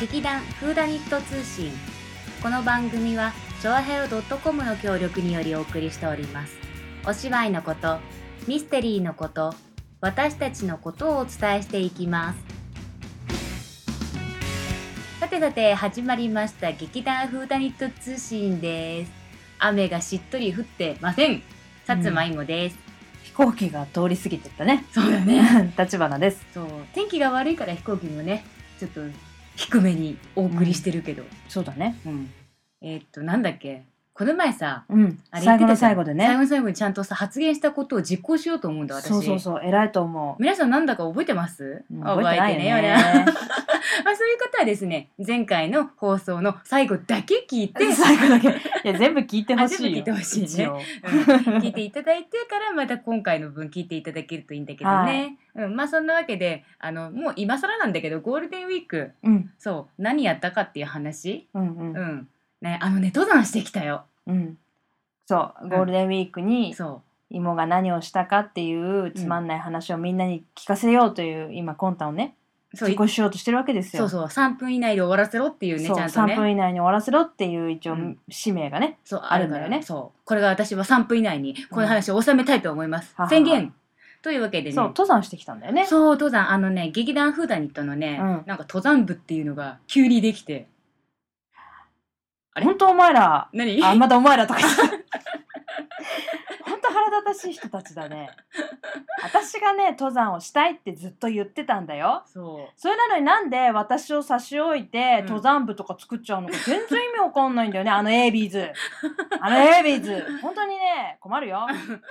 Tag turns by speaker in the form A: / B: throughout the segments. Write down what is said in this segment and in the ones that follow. A: 劇団フーダニット通信この番組はチョアヘオ .com の協力によりお送りしておりますお芝居のことミステリーのこと私たちのことをお伝えしていきますさてさて始まりました劇団フーダニット通信です雨がしっとり降ってませんさつまいもです、
B: 飛行機が通り過ぎてったね。
A: そうだ
B: ね。立花です。
A: そう天気が悪いから飛行機もねちょっと低めにお送りしてるけど、
B: そうだね。
A: うんえーっとなんだっけこの前さ
B: うん。
A: あれ言っ
B: 最
A: てた
B: 後の
A: じゃん
B: 最後で
A: 最後
B: ね。
A: の最後にちゃんとさ発言したことを実行しようと思うんだ私
B: そうそうそう。偉いと思う。
A: 皆さんなんだか覚えてます、
B: うん
A: よね まあそういう方はですね前回の放送の最後だけ聞いて
B: で 最後だけ。いや全部聞いてほしい
A: あ全部聞
B: よ。
A: いてほしいね
B: 一応
A: うん聞いていただいてからまた今回の分聞いていただけるといいんだけどね、うん、まあそんなわけであのもう今更なんだけどゴールデンウィーク
B: うん
A: そう何やったかっていう話
B: うん
A: う
B: うん
A: んねあのね登山してきたよ
B: うん。そうゴールデンウィークに
A: そ
B: 芋が何をしたかっていうつまんない話をみんなに聞かせようという今コンタをね
A: うそう
B: 実
A: い
B: 行しようとしてるわけです
A: そう
B: よ。
A: そう3分以内で終わらせろっていうねち
B: そう
A: ゃんと
B: 3分
A: ね
B: 以内に終わらせろっていう一応
A: うん
B: 使命がね。
A: そう
B: あるんだよ
A: か
B: ね
A: らそうこれが私は3分以内にこの話を収めたいと思います、
B: はは
A: 宣言というわけでね
B: そう登山してきたんだよね。
A: そう登山あのね劇団フーダニットのね、
B: うん
A: なんか登山部っていうのが急にできてあれ
B: 本当お前ら
A: 何
B: あ、まだお前らとか言ってた。本当腹立たしい人たちだね。私がね、登山をしたいってずっと言ってたんだよ。
A: そ
B: それなのになんで私を差し置いて
A: うん
B: 登山部とか作っちゃうのか全然意味わかんないんだよね、あのエイビーズ。あのエイビーズ。本当にね、困るよ。
A: うまあそのわ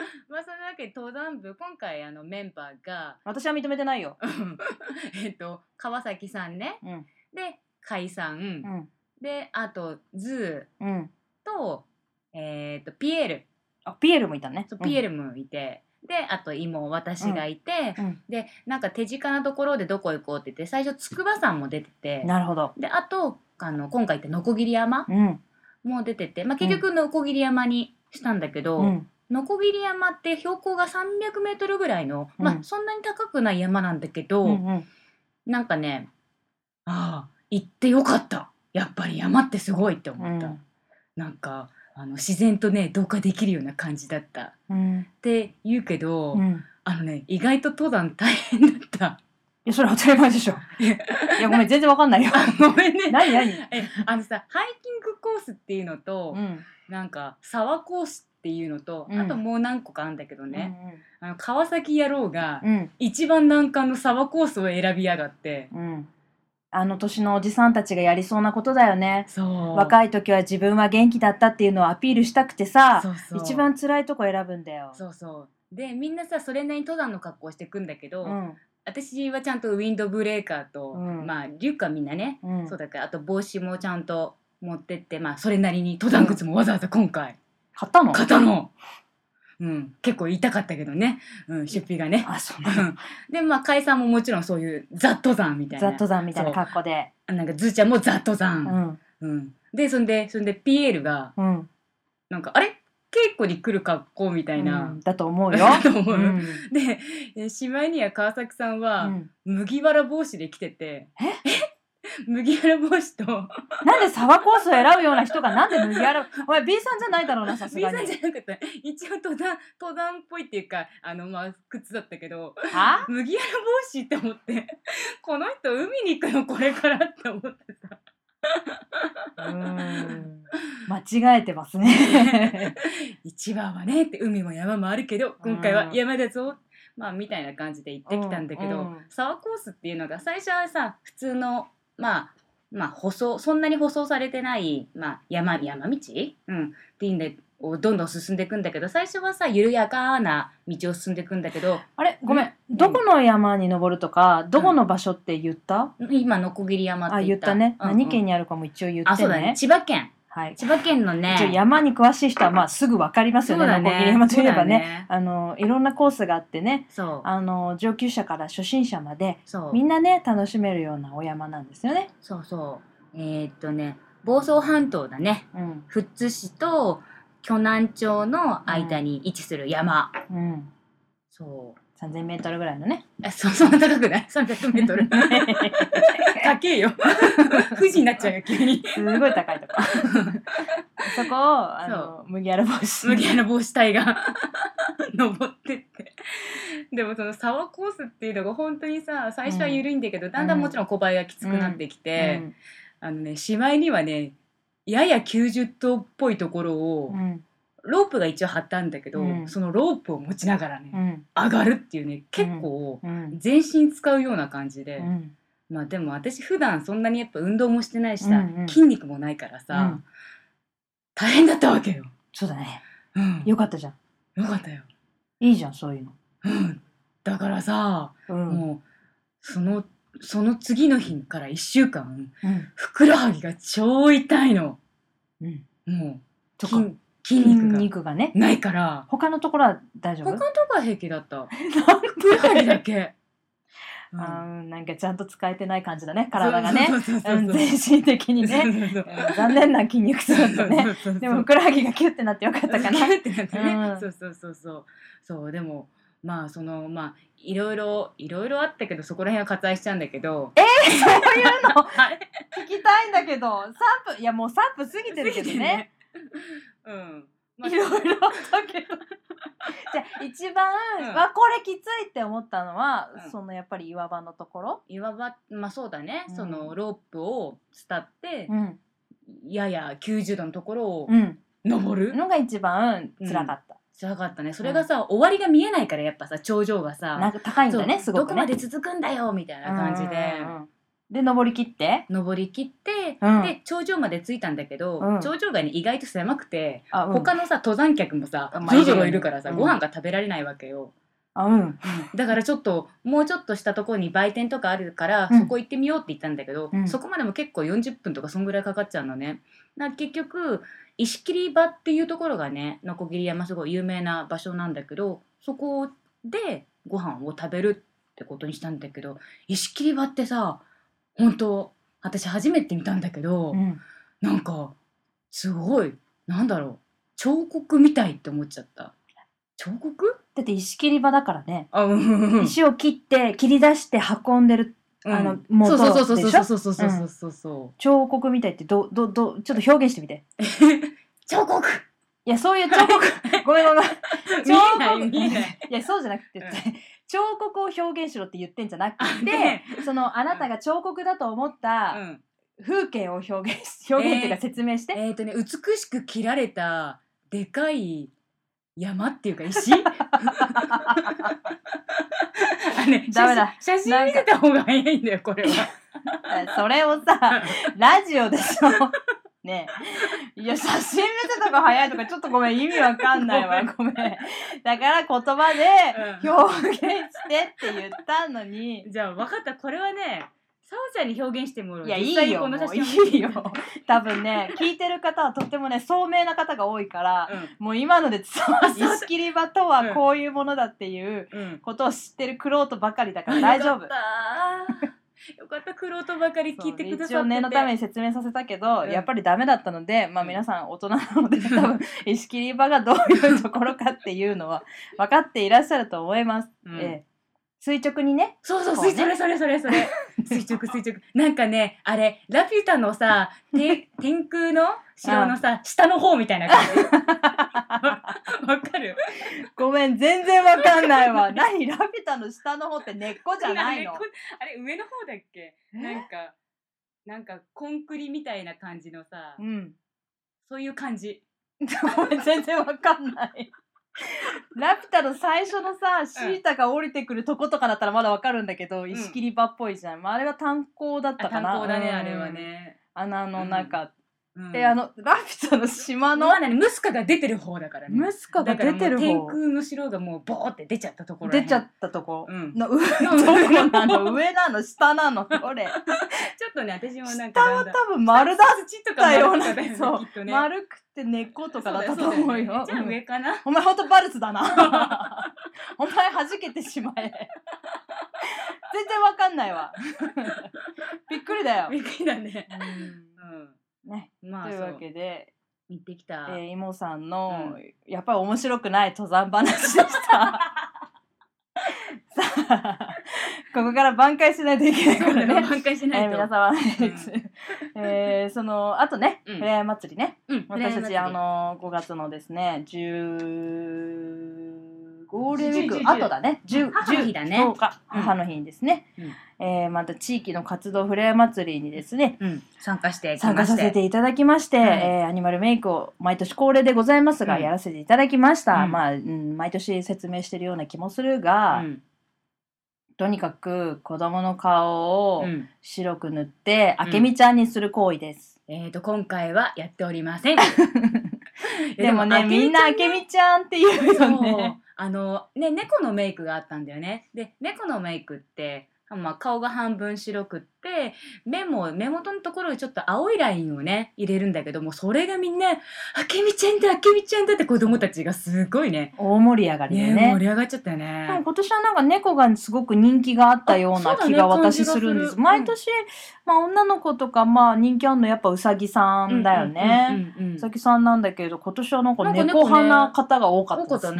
A: けで登山部今回あのメンバーが
B: 私は認めてないよ。
A: えっと川崎さんね
B: うん。
A: で解散、
B: うん。
A: であとズ
B: うん。
A: ーと,、えっとピエール
B: あ、ピエールもいたね
A: そう。ピエ
B: ル。
A: ルもいて、であと妹私がいて、
B: うん
A: でなんか手近なところでどこ行こうって言って最初筑波山も出てて
B: なるほど。
A: であとあの今回行って鋸山
B: うん。
A: も出てて、まあ、結局鋸山にしたんだけど、
B: うん。
A: 鋸山って標高が3 0 0メートルぐらいの、ま
B: う
A: あ、
B: ん
A: そんなに高くない山なんだけど、
B: うんうん。
A: なんかねああ行ってよかったやっぱり山ってすごいって思った、
B: うん
A: なんかあの自然とね同化できるような感じだった。
B: うん。
A: って言うけど、
B: うん。
A: あのね意外と登山大変だった。
B: いや、それ当たり前でしょ。いや、ごめん、全然わかんない よ。
A: あごめんね。
B: 何何
A: えあのさハイキングコースっていうのと、
B: ん。
A: なんか沢コースっていうのと、
B: うん
A: あともう何個かあるんだけどね、あの川崎野郎が
B: うんうん
A: 一番難関の沢コースを選びやがって、
B: うんあの年のおじさんたちがやりそうなことだよね
A: そうい
B: 若い時は自分は元気だったっていうのをアピールしたくてさ
A: そうそう
B: 一番辛いとこ選ぶんだよ
A: そうそうでみんなさそれなりに登山の格好をしてくんだけど、
B: うん
A: 私はちゃんとウィンドブレーカーと、
B: うん
A: まあリュックはみんなね
B: うん
A: そうだからあと帽子もちゃんと持ってって、まあ、それなりに登山靴もわざわざ今回
B: 買ったの
A: 買ったの、うん、結構痛かったけどね、うん、出費がね。
B: あそう
A: うんでまあ解散ももちろんそういうザ登山みたい
B: ザ
A: な
B: ット山みたいな
A: そう
B: 格好で
A: なんかズーちゃんもザ登
B: う
A: 山、
B: ん
A: うんでそんでそんでピエールが
B: うん
A: なんかあれ稽古に来る格好みたいな
B: うん、だと思う よ
A: だと思う
B: うん
A: でえしまいには川崎さん
B: う
A: は、
B: ん
A: 麦わら帽子で来てて
B: え
A: 麦わら帽子と
B: なんで沢コースを選ぶような人がなんで麦わらおい B さんじゃないだろうなさす
A: 水
B: が
A: 産じ
B: に
A: ゃなくて一応登山登山っぽいっていうかあのまあ靴だったけど
B: あ
A: 麦わら帽子って思って この人海に行くのこ れからって思 ってた
B: うん間違えてますね
A: 一番はねって海も山もあるけど今回は
B: うん
A: 山だぞ、まあみたいな感じで行ってきたんだけど、
B: うんうん
A: 沢コースっていうのが最初はさ普通のまあまあ舗装そんなに舗装されてない、まあ、山山道、うん、っていうんでをどんどん進んでいくんだけど最初はさ緩やかな道を進んでいくんだけど
B: あれごめん、どこの山に登るとか、どこの場所って言った、
A: 今のこぎり山って
B: あ言
A: 言っ
B: ったたね、
A: うんうん
B: 何県にあるかも一応言ってね
A: あそうだね千葉県
B: はい、
A: 千葉県のね
B: 一応山に詳しい人はまあすぐ分かりますよねノコギリ山といえばねあのいろんなコースがあってね
A: そうだね
B: あの上級者から初心者まで
A: そう
B: みんなね楽しめるようなお山なんですよね。
A: そうそうそうえー、っとね房総半島だね
B: うん
A: 富津市と鋸南町の間に位置する山、
B: うん、
A: そう
B: 3000メートルぐらいのね。
A: あそ そんな高くない ?300 メートル。高え よ。富士になっちゃうよ、急に。
B: すごい高いとこ。 そこをあの麦わら帽子。
A: 麦わら帽子隊が 登ってってでもその沢コースっていうのが本当にさ最初は緩いんだけど、だんだんもちろん小林がきつくなってきて、あのねしまいにはねやや90度っぽいところを、
B: うんうん
A: ロープが一応張ったんだけど、
B: うん
A: そのロープを持ちながらね、
B: うん
A: 上がるっていうね結構
B: うん
A: 全身使うような感じで、
B: うん
A: まあでも私普段そんなにやっぱ運動もしてないしさ、
B: うんうん
A: 筋肉もないからさ、
B: うん
A: 大変だったわけよ。
B: そうだね。
A: うん、よ
B: よかったじゃん。
A: かったよ。
B: いいじゃんそういうの。
A: うんだからさ、
B: うん。
A: もうそのその次の日から1週間
B: うん
A: ふくらはぎが超痛いの
B: うん。
A: もう
B: とか
A: 筋筋
B: 筋
A: 肉が
B: 肉がね。
A: ないから
B: 他のところは大丈
A: 他
B: 夫
A: のと。こは平気だ ったふくらは
B: なん
A: ぎだ
B: で。
A: け、うん
B: あーなんかちゃんと使えてない感じだね体がね
A: そうそうそう
B: う
A: そ
B: ん
A: う
B: 全身的にね
A: そうそう
B: うん残念な筋肉痛だった
A: そ
B: ね
A: うそうそう
B: でもふくらはぎがキュッてなってよかった かな
A: キュってなってね、
B: うん
A: そうそうそうそうそうでもまあそのまあいろいろいろいろあったけどそこら辺は割愛しちゃうんだけどえ
B: そういうの
A: はい
B: 聞きたいんだけど3分いやもう3分過ぎてるけどね
A: うんまあ
B: いろいろあったけど じゃあ一番、
A: うん
B: わこれきついって思ったのは、
A: うん
B: そのやっぱり岩場のところ、
A: いわばまあそうだね、
B: うん
A: そのロープを伝って、
B: ん
A: やや90度のところを
B: うん、
A: 登る、
B: のが一番辛かった、
A: 辛かったねそれがさ、終わりが見えないからやっぱさ頂上がさ
B: なんか高いんだね
A: そう
B: すご
A: どこ
B: く
A: ま
B: ね
A: で続くんだよみたいな感じで、
B: うんうんうんで登り切って
A: 登り切って、
B: うん
A: で頂上まで着いたんだけど、
B: うん
A: 頂上がね意外と狭くて、
B: あ、うん、
A: 他のさ登山客もさ
B: まあ
A: ぞろぞろいるからさ、
B: うん
A: ご飯が食べられないわけよ、
B: あうん
A: だからちょっともうちょっとしたところに売店とかあるから、
B: うん
A: そこ行ってみようって言ったんだけど、
B: うん
A: そこまでも結構40分とかそんぐらいかかっちゃうのね。だから結局石切場っていうところがねノコギリ山すごい有名な場所なんだけどそこでご飯を食べるってことにしたんだけど石切場ってさ本当私初めて見たんだけど、
B: うん
A: なんかすごいなんだろう彫刻みたいって思っちゃった。彫刻
B: だって石切り場だからね、
A: あ、うんうんうん
B: 石を切って切り出して運んでるあの元
A: そうそうそう
B: でし
A: そ
B: ょ
A: うそうそうそうそうそうそ
B: 彫刻みたいってどどどちょっと表現してみて
A: う、彫刻
B: いやそういう彫刻 ごめんごめん
A: 見えない
B: 彫刻
A: 見えない
B: いやそうじゃなくて、
A: うん
B: 彫刻を表現しろって言ってんじゃなく
A: あ
B: て、
A: ね
B: そのあなたが彫刻だと思っ
A: う
B: た
A: ん
B: 風景を表現し表現っていうか説明して、
A: えっ、とね美しく切られたでかい山っていうか 石あね
B: ダメだ
A: 写真写真見てた方が早いんだよこれは
B: それを さラジオでしょねえいや写真見てとか早いとかちょっとごめん意味わかんないわごめんだから言葉で表現してって言ったのに、
A: じゃあ分かったこれはねさおちゃんに表現してもらう
B: いや
A: 実際
B: いいよ
A: この写真
B: もういいよ多分ね聞いてる方はとってもね聡明な方が多いからもう今ので伝わる
A: そう
B: 石切り場とはこういうものだっていう
A: うん、うん
B: ことを知ってるクロートばかりだから大丈
A: よか
B: 夫
A: っ。たよかったくろとばかり聞いてくださってて
B: 一応念のために説明させたけど、
A: うん
B: やっぱりダメだったので、まあ、
A: うん
B: 皆さん大人な ので、多分石切り場がどういうところかっていうのは分かっていらっしゃると思います。
A: うん
B: ええ垂直にね
A: そうそう、
B: そうね
A: それそれそれそれ。垂直垂直。なんかね、あれ、ラピュタのさ、て天空の城のさ、下の方みたいな感じ。わわかる
B: ごめん全然分かんな いわ何ラピュタの下の方って根っこじゃない
A: ん
B: の
A: かねこあれ、上の方だっけなんか、なんかコンクリみたいな感じのさ
B: う、ん
A: そういう感じ。
B: ごめん全然わかんない。ラピュタの最初のさシータが降りてくるとことかだったらまだわかるんだけど、石切り場っぽいじゃん、まあ、あれは炭鉱だっ
A: あ
B: たか
A: 炭
B: な
A: 鉱だね、
B: うん
A: あれはね。
B: 穴の中、
A: うん
B: であ、のラピュタの島
A: あ
B: の
A: の、ね、ムスカが出てる方だからね。
B: ムスカが出て
A: だ
B: る
A: からも
B: 方
A: う天空の城がもうボーって出ちゃったところらへ
B: 出
A: ん。
B: ちゃったとこ
A: うん
B: の上どこなの上なの下なのど れ
A: ちょっとね、私もなんか
B: 下
A: だんだん。
B: は多分丸だっ
A: 土と
B: た
A: か
B: よう
A: 丸とか
B: な
A: だよね
B: そう
A: きっとね
B: 丸くて根っことかだったと思うよ。
A: じゃあ
B: うん
A: 上かな。
B: お前ほんとバルツ だな。お前はじけてしまえ。全然わかんない わ。びっくりだよ。
A: びっくりだね。
B: うんね、
A: うん。ま
B: と
A: あ、
B: い
A: そう
B: わ
A: う。
B: けで、
A: 行ってき
B: え
A: た。
B: ー、イ モさんの、やっぱり面白くない登山話でした。ここから挽回しないといけないか
A: そうだ
B: ら
A: ね
B: ね。
A: 挽回し
B: え
A: ないと、
B: ー皆様、 えーそのあとね、
A: うん
B: ふれあい祭りね
A: うん
B: 私た
A: 羨まし
B: ち
A: い
B: あの5月のですね10ゴールデンウィー
A: 10
B: クあとだね10
A: 母の日だね
B: 10日
A: うん
B: 母の日にですね、えーまた地域の活動ふれあい祭りにですね
A: うん、参加してきまして
B: 参加させていただきまして、
A: はい
B: えーアニマルメイクを毎年恒例でございますが、
A: うん
B: やらせていただきました、
A: うん
B: まあ、うん、毎年説明してるような気もする
A: う
B: が、
A: ん
B: とにかく子供の顔を
A: うん
B: 白く塗って、
A: うん
B: あけみちゃんにする行為です。
A: えー、と今回はやっておりませ ん
B: でもね、みんなあけみちゃんって言う
A: そう
B: よね。
A: あのね猫のメイクがあったんだよねで猫のメイクって、まあ、顔が半分白くって目も目元のところにちょっと青いラインをね入れるんだけどもそれがみんな「あけみちゃんだあけみちゃんだ」って子供たちがすごいね
B: 大盛り上がりだ
A: ね
B: よ
A: 盛
B: ね。
A: り上がっちゃったよ
B: で
A: ね。
B: も今年はなんか猫がすごく人気があったよう
A: あ
B: な
A: そうだね
B: 気が
A: 感じ
B: 私
A: が
B: するんです。
A: する
B: 毎年、まあ女の子とかまあ人気あるのやっぱうさぎさんだよね。
A: うんうんうんうん
B: うさぎさんなんだけど今年はなんか
A: なんかね
B: 猫派な方が多かったですね。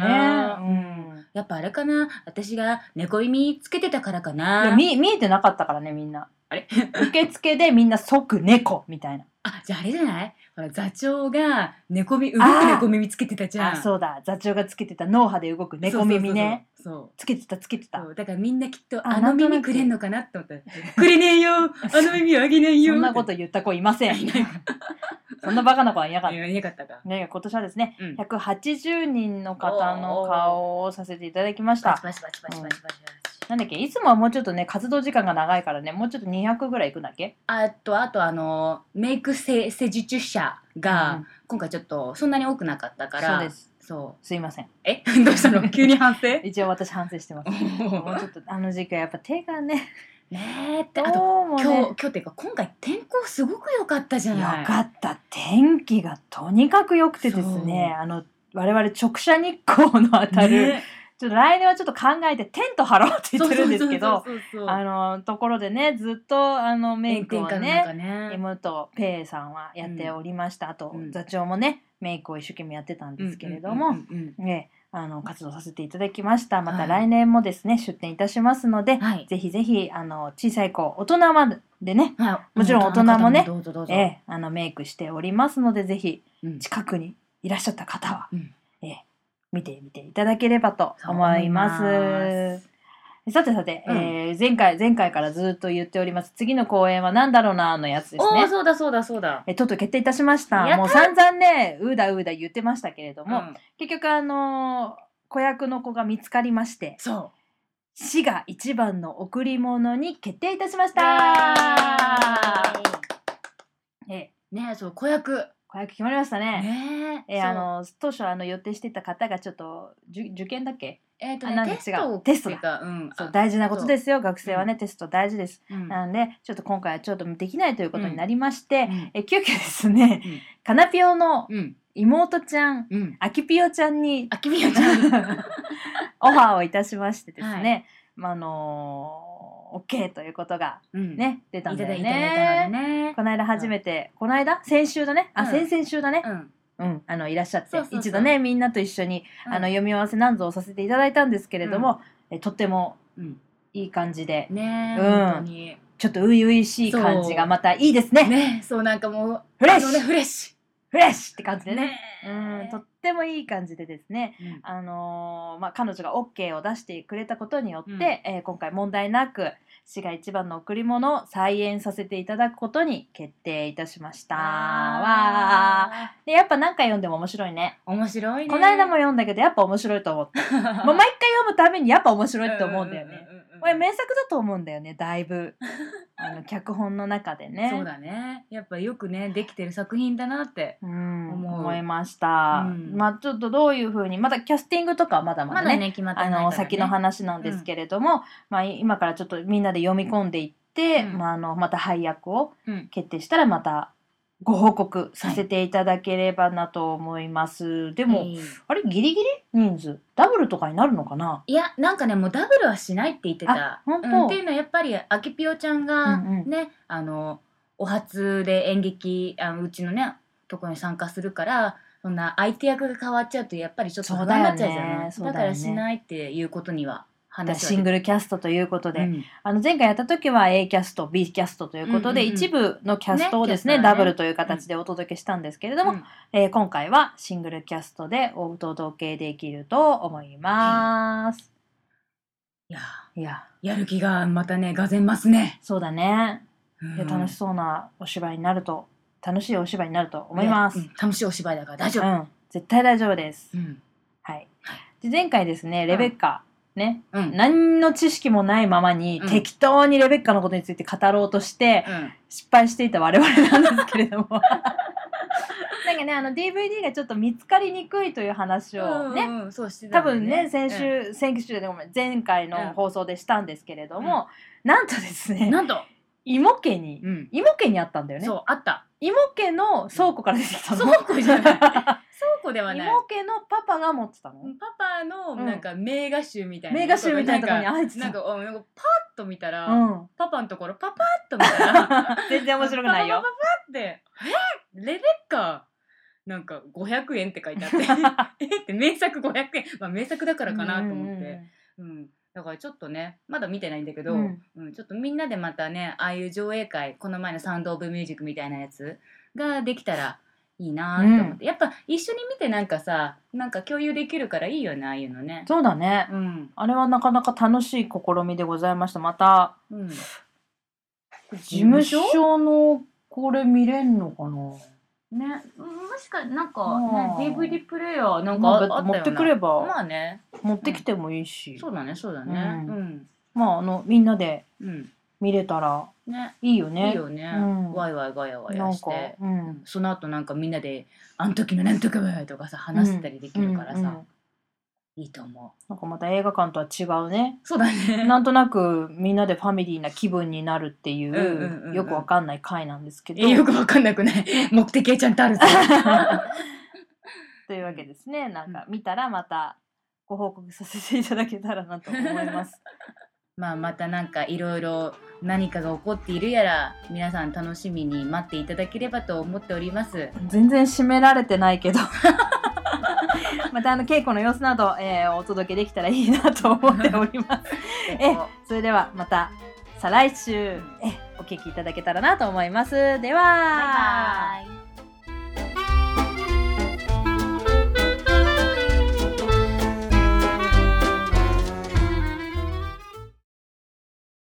A: 多かったね
B: うん
A: やっぱあれかな私が猫耳つけてたからか
B: い
A: な
B: や見見えてなかったからねみんな。
A: あれ
B: 受付でみんな即猫みたいな。
A: あじゃああれじゃないほら座長が猫耳動
B: あ
A: く
B: ー
A: 猫耳つけてたじゃん
B: あそうだ座長がつけてた脳波で動く猫
A: そうそ
B: 耳ね。
A: うそうそう
B: つけてたつけて
A: そう
B: た。
A: そうだからみんなきっと
B: あ
A: あの
B: なんとな
A: 耳
B: く
A: くれんのかなって思ったくれ ねえよあの耳あげないよ
B: そんなこと言った子いません。 そんなバカな子はいなかっ
A: い
B: た。
A: やいなかったか、
B: ね今年はですね
A: うん、
B: 180人の方の顔をさせていただきまし
A: パ
B: た
A: チ。パチパチパチパチパチ
B: なんだっけいつもはもうちょっとね活動時間が長いからねもうちょっと200ぐらいいくんだっけ
A: あとあとあのメイク施施術者
B: う
A: が
B: ん
A: 今回ちょっとそんなに多くなかったから、
B: そうです
A: そう
B: すいません
A: え どうした の急に反省
B: 一応私反省してます。もうちょっとあの時期はやっぱ手がね、
A: ねえって
B: ど
A: あと
B: う
A: 今
B: も
A: 日
B: ね。
A: 今日っていうか今回天候すごく良かったじゃ
B: よ
A: ない
B: かった天気がとにかく良くてですねあの我々直射日光の当たる、
A: ね
B: ちょっと来年はちょっと考えてテント張ろうって言ってるんですけ
A: そ
B: ど
A: うそうそうそう
B: あのところでねずっとあのメイクを
A: 炎天下の中
B: ね
A: ね
B: M とペイさんはやっておりました、あと、
A: うん
B: 座長もねメイクを一生懸命やってたんですけれども、
A: うんうんうん
B: ね、あの活動させていただきました。ま
A: は
B: た
A: い
B: 来年もですね、出店いたしますの
A: う
B: で
A: ん、はい、
B: ぜひぜひあの小さい子、大人までね、
A: はい
B: もちろん大人もね
A: どうぞどうぞ、
B: ええあのメイクしておりますので、ぜひ
A: うん
B: 近くにいらっしゃった方は、
A: うん
B: ええ見てみていただければと
A: そう
B: 思
A: 思
B: い
A: い
B: ま。
A: ますす
B: さてさて、
A: うん
B: えー前回前回からずっと言っております。次の公演は何だろうなのやつです
A: おお
B: ね。
A: そうだそうだそうだ
B: えとうとう決定いたしまし。
A: やったた
B: もう散々ね、うーだうーだ言ってましたけれども、
A: うん
B: 結局あのー子役の子が見つかりまして
A: そ
B: 市が一番の贈り物に決定いたしまし
A: う
B: たえ
A: ねえそう子役
B: 子役決まりましたね
A: ねえ
B: え
A: そう
B: あのー当初あの予定してた方がちょっとじゅ受験だっけ
A: えっ、と
B: あなん
A: ね
B: か
A: テスト
B: 違
A: を
B: うテストだ
A: っていうかうん
B: そう
A: あ
B: 大事なことですよ学生はね、テスト大事です、
A: うん
B: なんでちょっと今回はちょっとできないということになりまして、
A: うん
B: え急遽ですね、
A: うん
B: カナピオの
A: うん
B: 妹ちゃん
A: うん
B: アキピオちゃんに
A: あきみやちゃん
B: オファーをいたしましてです
A: は
B: ね、まああのー、OK ということが
A: うん
B: ね、出たん
A: い
B: だ
A: ただい
B: よね
A: ただいたのでね
B: この間初めて、この間先週だね
A: う
B: あ、
A: ん
B: 先々週だね、
A: うん
B: うんあのいらっしゃって
A: そうそうそう
B: 一度ねみんなと一緒に、
A: うん
B: あの読み合わせなんぞをさせていただいたんですけれども、えとっても
A: うん
B: いい感じで
A: ねえ、
B: うん
A: 本当に
B: ちょっと初々しい感じが
A: そう
B: またいいですね
A: ねえそうなんかもう
B: フレッシュ
A: あのねフレッシ
B: フレッシュって感じ
A: ュ
B: でね
A: ねえ
B: うんとってもいい感じでですね
A: うん
B: あのーまあ、彼女が OK を出してくれたことによって、
A: うん
B: えー今回問題なく市が一番の贈り物を再演させていただくことに決定いたしました。わ
A: あ
B: ーでやっぱ何回読んでも面白いね。
A: ー面白いね
B: この 間も読んだけどやっぱ面白いと思った。もう毎回読むためにやっぱ面白いって思うんだよね。
A: うんうんうんうん
B: これ名作だと思うんだよねだ いぶあの脚本の中でね。
A: そうだねやっぱよくねできてる作品だなって
B: うん、
A: 思う
B: 思いました、
A: うん
B: まあちょっとどういうふうにまだキャスティングとかはまだま
A: ま
B: だ
A: だ
B: ね
A: ね決まってな
B: あ
A: いから、ね、
B: の先の話なんですけれども、まあ、今からちょっとみんなで読み込んでいって、
A: うん
B: まあ、あのまた配役を
A: うん
B: 決定したらまたご報告させていただければなと思います。でも、
A: うん
B: あれギリギリ人数ダブルとかになるのかない
A: やなんかねもうダブルはしないって言ってた
B: あ本当
A: うんっていうのはやっぱりあきぴよちゃんが
B: うん
A: ね、
B: うん
A: あのお初で演劇あのうちのねとこに参加するからそんな相手役が変わっちゃうとやっぱりちょっと不安になっちゃうじゃない
B: そうだよねそうだよね
A: からしないっていうことには
B: で
A: 話は
B: シングルキャストということで、
A: うん
B: あの前回やった時は A キャスト B キャストということで、
A: うんうんうん
B: 一部のキャストをですね
A: ねキャストはね
B: ダブルという形でお届けしたんですけれども、
A: うん
B: えー今回はシングルキャストでお届けできると思います。
A: いや
B: いや
A: やる気がまたねがぜんますね、
B: そうだ
A: う
B: ね、
A: ん
B: いや楽しそうなお芝居になると楽しいお芝居になると思います。
A: ねうん楽しいお芝居だから大丈
B: う
A: 夫
B: ん、絶対大丈夫です。
A: うん
B: はい
A: は、
B: で前回ですねレベッカ、ね
A: うんうん
B: 何の知識もないままに、
A: うん
B: 適当にレベッカのことについて語ろうとして、失敗していた我々なんですけれども なんかねあの DVD がちょっと見つかりにくいという話をね、
A: うんうんそうしてた
B: 多
A: もん
B: 分ね先週、先週でごめん前回の放送でしたんですけれども、なんとです
A: うん
B: ね
A: なんと、
B: 芋家に
A: うん
B: 芋家にあったんだよね
A: そうあった
B: 芋家の倉庫から出てきたの
A: 倉庫じゃない倉庫では
B: 芋
A: ない
B: 家のパパが持ってたの
A: パパのなんか名画集みたいな
B: 名画集みたいなところに
A: んか
B: 入ってた
A: なんかおなんかパッと見たら、
B: うん、
A: パパのところパパッと見た ら
B: 全然面白くないよ
A: パ パパパパって「えレベッカ」なんか500円って書いてあって えって名作500円、まあ、名作だからかなと思って、うんだからちょっとねまだ見てないんだけど、
B: う
A: うんんちょっとみんなでまたねああいう上映会この前の「サウンド・オブ・ミュージック」みたいなやつができたらいいなと思って、やっぱ一緒に見てなんかさなんか共有できるからいいよねああいうのね。
B: そうだね、
A: うん
B: あれはなかなか楽しい試みでございましたまた
A: うん、事
B: 事務所のこれ見れんのかな
A: ね、もしかなんか、
B: あ
A: ね、
B: ー
A: DVD プレイヤーなん
B: ま
A: か
B: あ
A: あ
B: だ
A: あったよ、
B: っ
A: ね、
B: て持ってくれば、
A: まあね
B: 持ってきてもいいし、
A: そうだねそうだね
B: う
A: うん
B: まああのみんなで
A: うん
B: 見れたら
A: ね
B: いいよね
A: いいよね、
B: うん
A: ワイワイガヤガ
B: な
A: ヤ
B: ん
A: し
B: か
A: て、
B: うん、
A: その後なんかみんなで「あん時のなんとかは」とかさ話せたりできるからさ、
B: うんうん
A: いいと思う
B: なんかまた映画館とは違うね
A: そうだね
B: なんとなくみんなでファミリーな気分になるってい
A: うんうんうんう
B: うんよくわかんない回なんですけ ど
A: えよくわかんなく ない目的はちゃんとあるぞ
B: というわけですねなんか見たらまたご報告させていただけたらなと思います。
A: まあまたなんかいろいろ何かが起こっているやら皆さん楽しみに待っていただければと思っております
B: 全然締められてないけ どまたあの稽古の様子など、えーお届けできたらいいなと思っており ますえそれではまた再来週えお聞きいただけたらなと思いますでは
A: バイバイ